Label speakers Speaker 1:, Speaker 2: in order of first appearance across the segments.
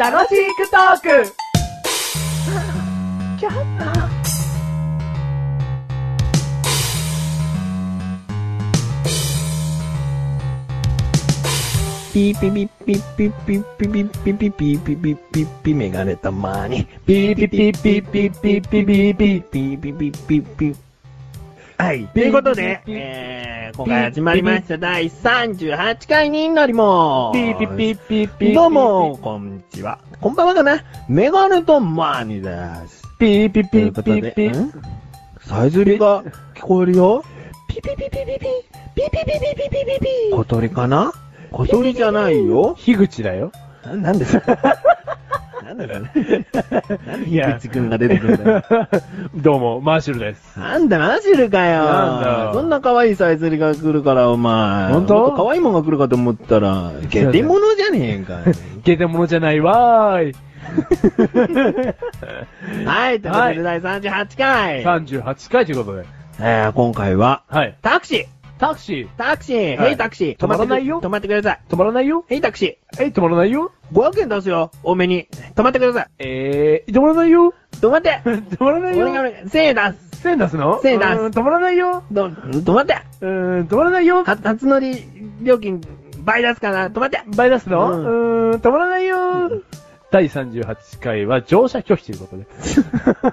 Speaker 1: 楽しくトーク
Speaker 2: ピーピピピピピピピピピピピピピピメガネたまに。ピーピピピピピピピピピピピピピはい。ということで、えー、今回始まりました第38回になります。
Speaker 3: ピピピピピ
Speaker 2: どうも、こんにちは。こんばんはかな。メガネたまにです。
Speaker 3: ピピ
Speaker 2: とい
Speaker 3: ピ
Speaker 2: うことで
Speaker 3: ピ、ピ
Speaker 2: んさえずりが聞こえるよ。
Speaker 1: ピピピピピピピピピピピピピ
Speaker 2: 小鳥かな小鳥じゃないよ。
Speaker 3: 樋口だよ。
Speaker 2: ななんです かなんだろうね。なんで
Speaker 3: いや
Speaker 2: 樋口くんが出てくるんだよ。
Speaker 3: どうも、マーシュルです。
Speaker 2: なんだ、マジルかよ。
Speaker 3: なんだよ
Speaker 2: そんな可愛いサイズリが来るから、お前。
Speaker 3: 本当
Speaker 2: もっと可愛いもんが来るかと思ったら、ゲテモノじゃねえかよ。
Speaker 3: ゲテモノじゃないわーい。
Speaker 2: はい、ということで第38回。
Speaker 3: 38回ということで。
Speaker 2: えー、今回は、
Speaker 3: はい。
Speaker 2: タクシー
Speaker 3: タクシ
Speaker 2: タクシー、
Speaker 3: はい
Speaker 2: ヘイタクシー
Speaker 3: 止まらないよ
Speaker 2: 止まってください
Speaker 3: ー、止まらないよ
Speaker 2: ヘイタクシ
Speaker 3: えい、止まらないよ
Speaker 2: ー !500 円出すよ多めに止まってください
Speaker 3: えー、止まらないよ
Speaker 2: 止まって
Speaker 3: 止まらな
Speaker 2: お
Speaker 3: い
Speaker 2: 願いお
Speaker 3: よ
Speaker 2: 願い !1000 円出す
Speaker 3: 1000出すの
Speaker 2: 千出す
Speaker 3: うーん止まらないよ
Speaker 2: ど止まっては
Speaker 3: うーん、止まらないよ
Speaker 2: 初乗り料金倍出すかな止まって
Speaker 3: 倍出すの
Speaker 2: う
Speaker 3: うーん、止まらないよ第38回は乗車拒否ということで。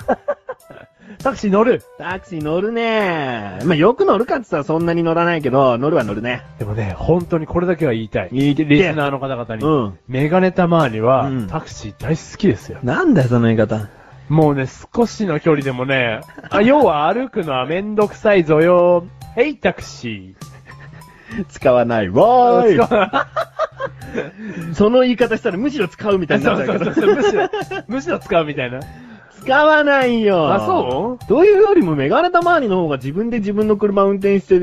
Speaker 3: タクシー乗る
Speaker 2: タクシー乗るねまあ、よく乗るかって言ったらそんなに乗らないけど、乗るは乗るね。
Speaker 3: でもね、本当にこれだけは言いたい。
Speaker 2: 言いて
Speaker 3: リスナーの方々に。
Speaker 2: うん
Speaker 3: メガネたまわりは、
Speaker 2: うん
Speaker 3: タクシー大好きですよ。
Speaker 2: なんだよ、その言い方。
Speaker 3: もうね、少しの距離でもね、あ要は歩くのはめんどくさいぞよ。ヘイタクシ
Speaker 2: 使わないわ
Speaker 3: ー。
Speaker 2: ーい。その言い方したらむしろ使うみたいに
Speaker 3: そ
Speaker 2: なっ
Speaker 3: う
Speaker 2: ちゃ
Speaker 3: そううそう。そう。
Speaker 2: けど
Speaker 3: むしろ、むしろ使うみたいな。
Speaker 2: 使わないよ。
Speaker 3: あ、そう
Speaker 2: というよりもメガネたまわりの方が自分で自分の車運転して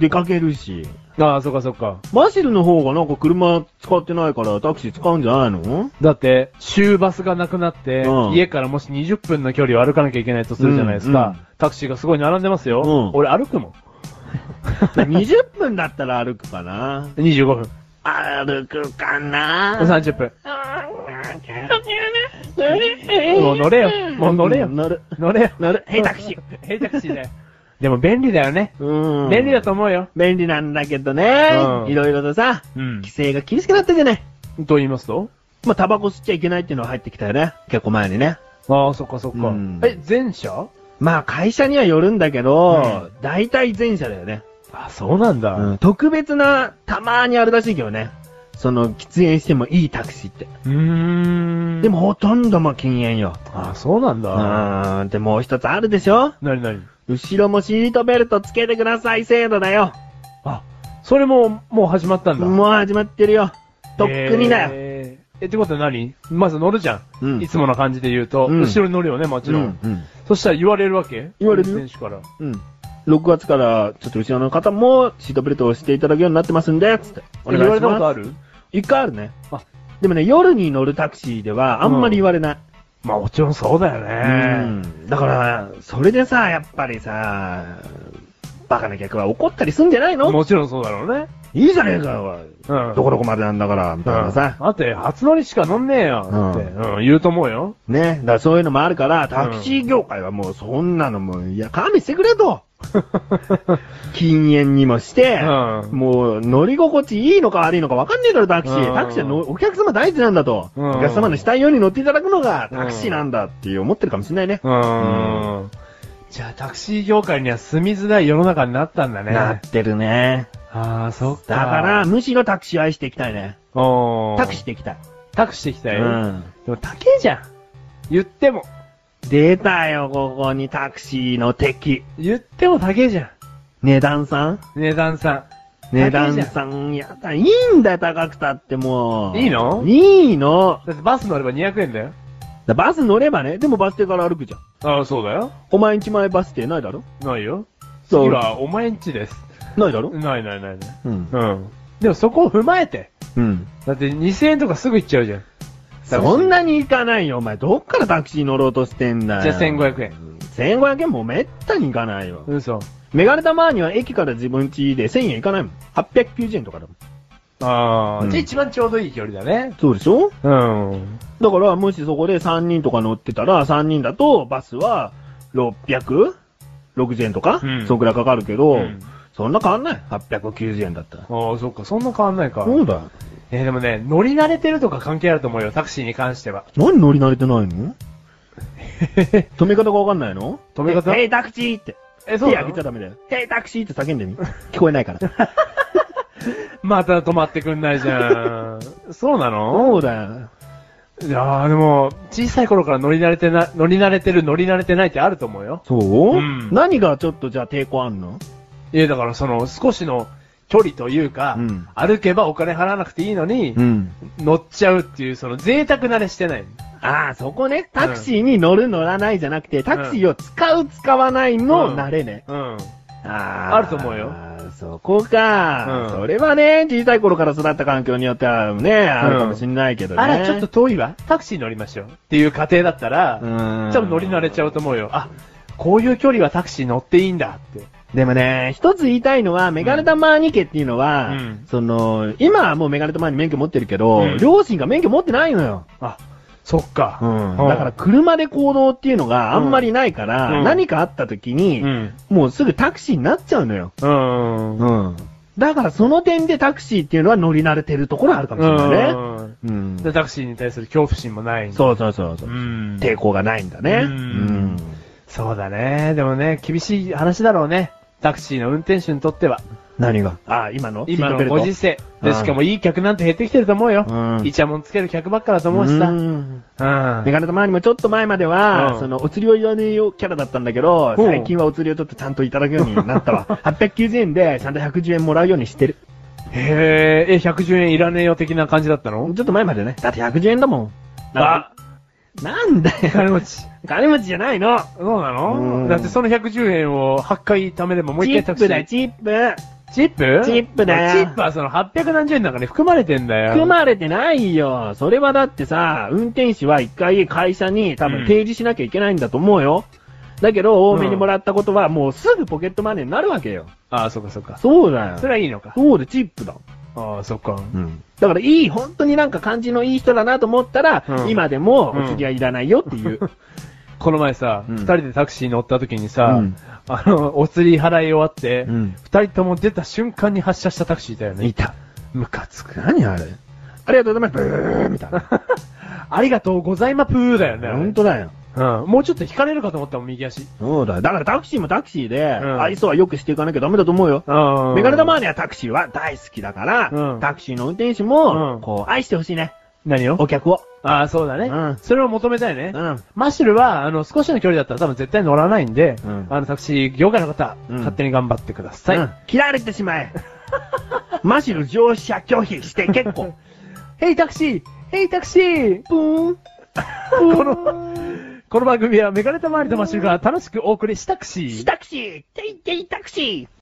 Speaker 2: 出かけるし、
Speaker 3: うああ、そっかそっか。
Speaker 2: マシルの方がなんか車使ってないからタクシー使うんじゃないの
Speaker 3: だって、終バスがなくなって、
Speaker 2: うん
Speaker 3: 家からもし20分の距離を歩かなきゃいけないとするじゃないですか。
Speaker 2: うんうん
Speaker 3: タクシーがすごい並んでますよ。
Speaker 2: うん
Speaker 3: 俺歩くもん。
Speaker 2: ?20 分だったら歩くかな
Speaker 3: 25分。
Speaker 2: 歩くかな
Speaker 3: 30分。もう乗れよ。もう乗れよ。
Speaker 2: 乗る。
Speaker 3: 乗れよ。
Speaker 2: 乗る。ヘイタクシー。
Speaker 3: ヘイタクシーだよ。でも便利だよね。
Speaker 2: うん。
Speaker 3: 便利だと思うよ。
Speaker 2: 便利なんだけどね。
Speaker 3: うん
Speaker 2: いろいろとさ、
Speaker 3: うん
Speaker 2: 規制が厳しくなったじゃない。
Speaker 3: と言いますと
Speaker 2: まあ、タバコ吸っちゃいけないっていうのは入ってきたよね。結構前にね。
Speaker 3: ああ、そっかそっか。
Speaker 2: うん
Speaker 3: え、前者
Speaker 2: まあ、会社にはよるんだけど、大体前者だよね。
Speaker 3: あ、そうなんだ。
Speaker 2: うん特別な、たまーにあるらしいけどね。その、喫煙してもいいタクシーって。
Speaker 3: うーん。
Speaker 2: でも、、ほとんども禁煙よ。
Speaker 3: あそうなん
Speaker 2: う
Speaker 3: だ。
Speaker 2: ーん。で、もう一つあるでしょ
Speaker 3: なになに
Speaker 2: 後ろもシートベルトつけてください制度だよ。
Speaker 3: あ、それも、もう始まったんだ。
Speaker 2: もう始まってるよ。とっくにだよ。
Speaker 3: よ。え、ってことは何まず乗るじゃん。
Speaker 2: うん
Speaker 3: いつもの感じで言うと、
Speaker 2: うん
Speaker 3: 後ろに乗るよね、もちろん。
Speaker 2: うん。
Speaker 3: そしたら言われるわけ
Speaker 2: 言われるよ
Speaker 3: 運転手から。
Speaker 2: うん。6月から、ちょっと後ろの方も、シートベルトをしていただくようになってますんで、つって。お願い
Speaker 3: 言
Speaker 2: します
Speaker 3: われたことある
Speaker 2: 一回あるね。
Speaker 3: あ
Speaker 2: でもね、夜に乗るタクシーでは、あんまり言われない。
Speaker 3: まあもちろんそうだよ
Speaker 2: う
Speaker 3: ね。
Speaker 2: んだから、それでさ、やっぱりさ、バカな客は怒ったりすんじゃないの
Speaker 3: もちろんそうだろうね。
Speaker 2: いいじゃねえかよ、
Speaker 3: うん。
Speaker 2: どこどこまでなんだから、みたいなさ。
Speaker 3: だって、初乗りしか乗んねえよ。って、
Speaker 2: う
Speaker 3: うん、言うと思うよ。
Speaker 2: ね、だからそういうのもあるから、タクシー業界はもうそんなのもう、いや、勘弁してく れと。禁煙にもして、
Speaker 3: うん
Speaker 2: もう乗り心地いいのか悪いのか分かんねえからタクシー。
Speaker 3: うん
Speaker 2: タクシーはのお客様大事なんだと。
Speaker 3: うん
Speaker 2: お客様のしたいように乗っていただくのがタクシーなんだっていう思ってるかもしれないね。
Speaker 3: うーん。じゃあ、タクシー業界には住みづらい世の中になったんだね。
Speaker 2: なってるね。
Speaker 3: ああ、そっか。
Speaker 2: だから、、むしろタクシー愛していきたいね。
Speaker 3: お
Speaker 2: タクシー
Speaker 3: ー。
Speaker 2: で行きたい。
Speaker 3: タクシー行きたい。
Speaker 2: うん。
Speaker 3: でも、高えじゃん。言っても。
Speaker 2: 出たよ、ここにタクシーの敵。
Speaker 3: 言っても高えじゃ
Speaker 2: 値段さん
Speaker 3: ん。値段さ
Speaker 2: 値段さん、やだ、いいんだよ、高くたってもう。
Speaker 3: いいの
Speaker 2: いいの。
Speaker 3: ん。だって、バス乗れば200円だよ。
Speaker 2: だバス乗ればね、でもバス停から歩くじゃん。
Speaker 3: ああ、そうだよ。
Speaker 2: お前んち前バス停ないだろ
Speaker 3: ないよ。
Speaker 2: そう
Speaker 3: 次は、お前んちです。
Speaker 2: ないだろ
Speaker 3: ないないないない。
Speaker 2: うん。
Speaker 3: うん。でも、そこを踏まえて。
Speaker 2: うん。
Speaker 3: だって、2000円とかすぐ行っちゃうじゃん。
Speaker 2: そんなに行かないよ、お前。どっからタクシー乗ろうとしてんだよ。
Speaker 3: じゃあ1500円。
Speaker 2: 1500円もめったに行かないよ。
Speaker 3: 嘘。
Speaker 2: メガネたまーには駅から自分家で1000円行かないもん。890円とかだもん。
Speaker 3: ああ、
Speaker 2: うん
Speaker 3: じゃあ一番ちょうどいい距離だね。
Speaker 2: そうでしょ
Speaker 3: うん。
Speaker 2: だから、もしそこで3人とか乗ってたら、3人だと、バスは 600?60 円とか、
Speaker 3: うん
Speaker 2: そんくらいかかるけど、
Speaker 3: うん
Speaker 2: そんな変わんない。890円だったら。
Speaker 3: ああ、そっか、そんな変わんないか。
Speaker 2: そうだ。
Speaker 3: えーでもね、乗り慣れてるとか関係あると思うよ、タクシーに関しては。
Speaker 2: 何乗り慣れてない の止め方がわかんないの
Speaker 3: 止め方
Speaker 2: え、ヘイタクシーって。
Speaker 3: え、そう
Speaker 2: 手
Speaker 3: な
Speaker 2: あげ
Speaker 3: の
Speaker 2: ちゃダメだよ。ヘイタクシーって叫んでみ。 聞こえないから。
Speaker 3: また止まってくんないじゃん。 そうなの
Speaker 2: そうだよ。
Speaker 3: いやーでも、小さい頃から乗り慣れてな、乗り慣れてる、乗り慣れてないってあると思うよ。
Speaker 2: そう、
Speaker 3: うん
Speaker 2: 何がちょっとじゃあ抵抗あんの
Speaker 3: いや、だからその、少しの距離というか、
Speaker 2: うん
Speaker 3: 歩けばお金払わなくていいのに、
Speaker 2: ん。
Speaker 3: 乗っちゃうっていう、その、贅沢慣れしてない。
Speaker 2: ああ、そこね。タクシーに乗る乗らないじゃなくて、タクシーを使う使わない
Speaker 3: うん
Speaker 2: の慣れね。
Speaker 3: うん。
Speaker 2: あ
Speaker 3: あると思うよ。
Speaker 2: そこ
Speaker 3: う
Speaker 2: か、
Speaker 3: ん
Speaker 2: それはね、小さい頃から育った環境によってはね、あるかもしんないけどね。
Speaker 3: あら、ちょっと、遠いわ。タクシー乗りましょう。っていう家庭だったら、
Speaker 2: うん。
Speaker 3: 多分乗り慣れちゃうと思うよ。あ、こういう距離はタクシー乗っていいんだって。
Speaker 2: でもね、一つ言いたいのは、メガネタマーニ家っていうのは、
Speaker 3: うん
Speaker 2: その、今はもうメガネタマーニ免許持ってるけど、
Speaker 3: うん
Speaker 2: 両親が免許持ってないのよ。
Speaker 3: あ、そっか。
Speaker 2: だから、車で行動っていうのがあんまりないから、
Speaker 3: うん
Speaker 2: 何かあった時に、
Speaker 3: うん。
Speaker 2: もうすぐタクシーになっちゃうのよ。
Speaker 3: うん。うん。
Speaker 2: うん。だからその点でタクシーっていうのは乗り慣れてるところあるかもしれないね。うん。
Speaker 3: でタクシーに対する恐怖心もない。う。
Speaker 2: そうそうそうそうう。
Speaker 3: ん。
Speaker 2: 抵抗がないんだね。
Speaker 3: うんそうだね。でもね、厳しい話だろうね。タクシーの運転手にとっては。
Speaker 2: 何があ、今の
Speaker 3: 今
Speaker 2: シ
Speaker 3: の
Speaker 2: ートベ
Speaker 3: ご
Speaker 2: ルト
Speaker 3: 時世。
Speaker 2: う
Speaker 3: で、
Speaker 2: ん
Speaker 3: しかもいい客なんて減ってきてると思うよ。
Speaker 2: うん
Speaker 3: イチャモンつける客ばっかだと思うしさ。
Speaker 2: う
Speaker 3: うん。
Speaker 2: んメ
Speaker 3: あ
Speaker 2: ガネと前にもちょっと前までは、
Speaker 3: うん
Speaker 2: その、お釣りを言わねえよキャラだったんだけど、
Speaker 3: うん
Speaker 2: 最近はお釣りをちょっとちゃんといただくようになったわ。890円で、ちゃんと110円もらうようにしてる。
Speaker 3: へえ、え、110円いらねえよ的な感じだったの
Speaker 2: ちょっと前までね。だって110円だもん。
Speaker 3: あ、
Speaker 2: なんだよ。
Speaker 3: 金持ち。
Speaker 2: 金持ちじゃないの
Speaker 3: そうな
Speaker 2: う
Speaker 3: の
Speaker 2: ん
Speaker 3: だってその110円を8回貯めればもう
Speaker 2: チ
Speaker 3: 一回タ
Speaker 2: ッ
Speaker 3: クシ
Speaker 2: プだ
Speaker 3: ー。
Speaker 2: よ、チップ。
Speaker 3: チップ
Speaker 2: チップだよ
Speaker 3: チップはその800何十円の中に含まれてんだよ。
Speaker 2: 含まれてないよ。それはだってさ、運転手は一回会社に多
Speaker 3: うん
Speaker 2: 分提示しなきゃいけないんだと思うよ。だけど、多めにもらったことはもうすぐポケットマネーになるわけよ。
Speaker 3: ああ、そっかそっか。
Speaker 2: そうだよ。
Speaker 3: それはいいのか。
Speaker 2: そうでチップだ。
Speaker 3: ああ、そっか。
Speaker 2: うん。だからいい、本当になんか感じのいい人だなと思ったら、
Speaker 3: うん
Speaker 2: 今でもお釣りはいらないよっていう。
Speaker 3: この前さ、
Speaker 2: うん
Speaker 3: 二人でタクシーに乗った時にさ、
Speaker 2: うん
Speaker 3: あの、お釣り払い終わって、二、
Speaker 2: うん
Speaker 3: 人とも出た瞬間に発車したタクシーだよね。
Speaker 2: た。
Speaker 3: ムカつく。
Speaker 2: 何あれありがとうございます。ブーみたいな。
Speaker 3: ありがとうございまぷーだよね。
Speaker 2: 本当だよ。
Speaker 3: うん。もうちょっと引かれるかと思ったもん、右足。
Speaker 2: そうだよ。だからタクシーもタクシーで、
Speaker 3: ん
Speaker 2: 愛想は良くしていかなきゃダメだと思うよ。
Speaker 3: うん
Speaker 2: メガネタマーニはタクシーは大好きだから、
Speaker 3: うん
Speaker 2: タクシーの運転手
Speaker 3: うん
Speaker 2: も、こう、愛してほしいね。
Speaker 3: 何を
Speaker 2: お客を。
Speaker 3: ああ、そうだね、
Speaker 2: うん
Speaker 3: それを求めたいね。
Speaker 2: うん
Speaker 3: マッシュルは、あの、少しの距離だったら多分絶対乗らないんで、
Speaker 2: うん
Speaker 3: あの、タクシー業界の方、
Speaker 2: うん
Speaker 3: 勝手に頑張ってください。
Speaker 2: うん切られてしま え。マシル乗車拒否して結構。
Speaker 3: ヘイタクシーヘイタクシ ー
Speaker 2: プーン。
Speaker 3: この、この番組はメガネタマーニとマッシュルが楽しくお送りしたくし
Speaker 2: タクシーテイテイタクシー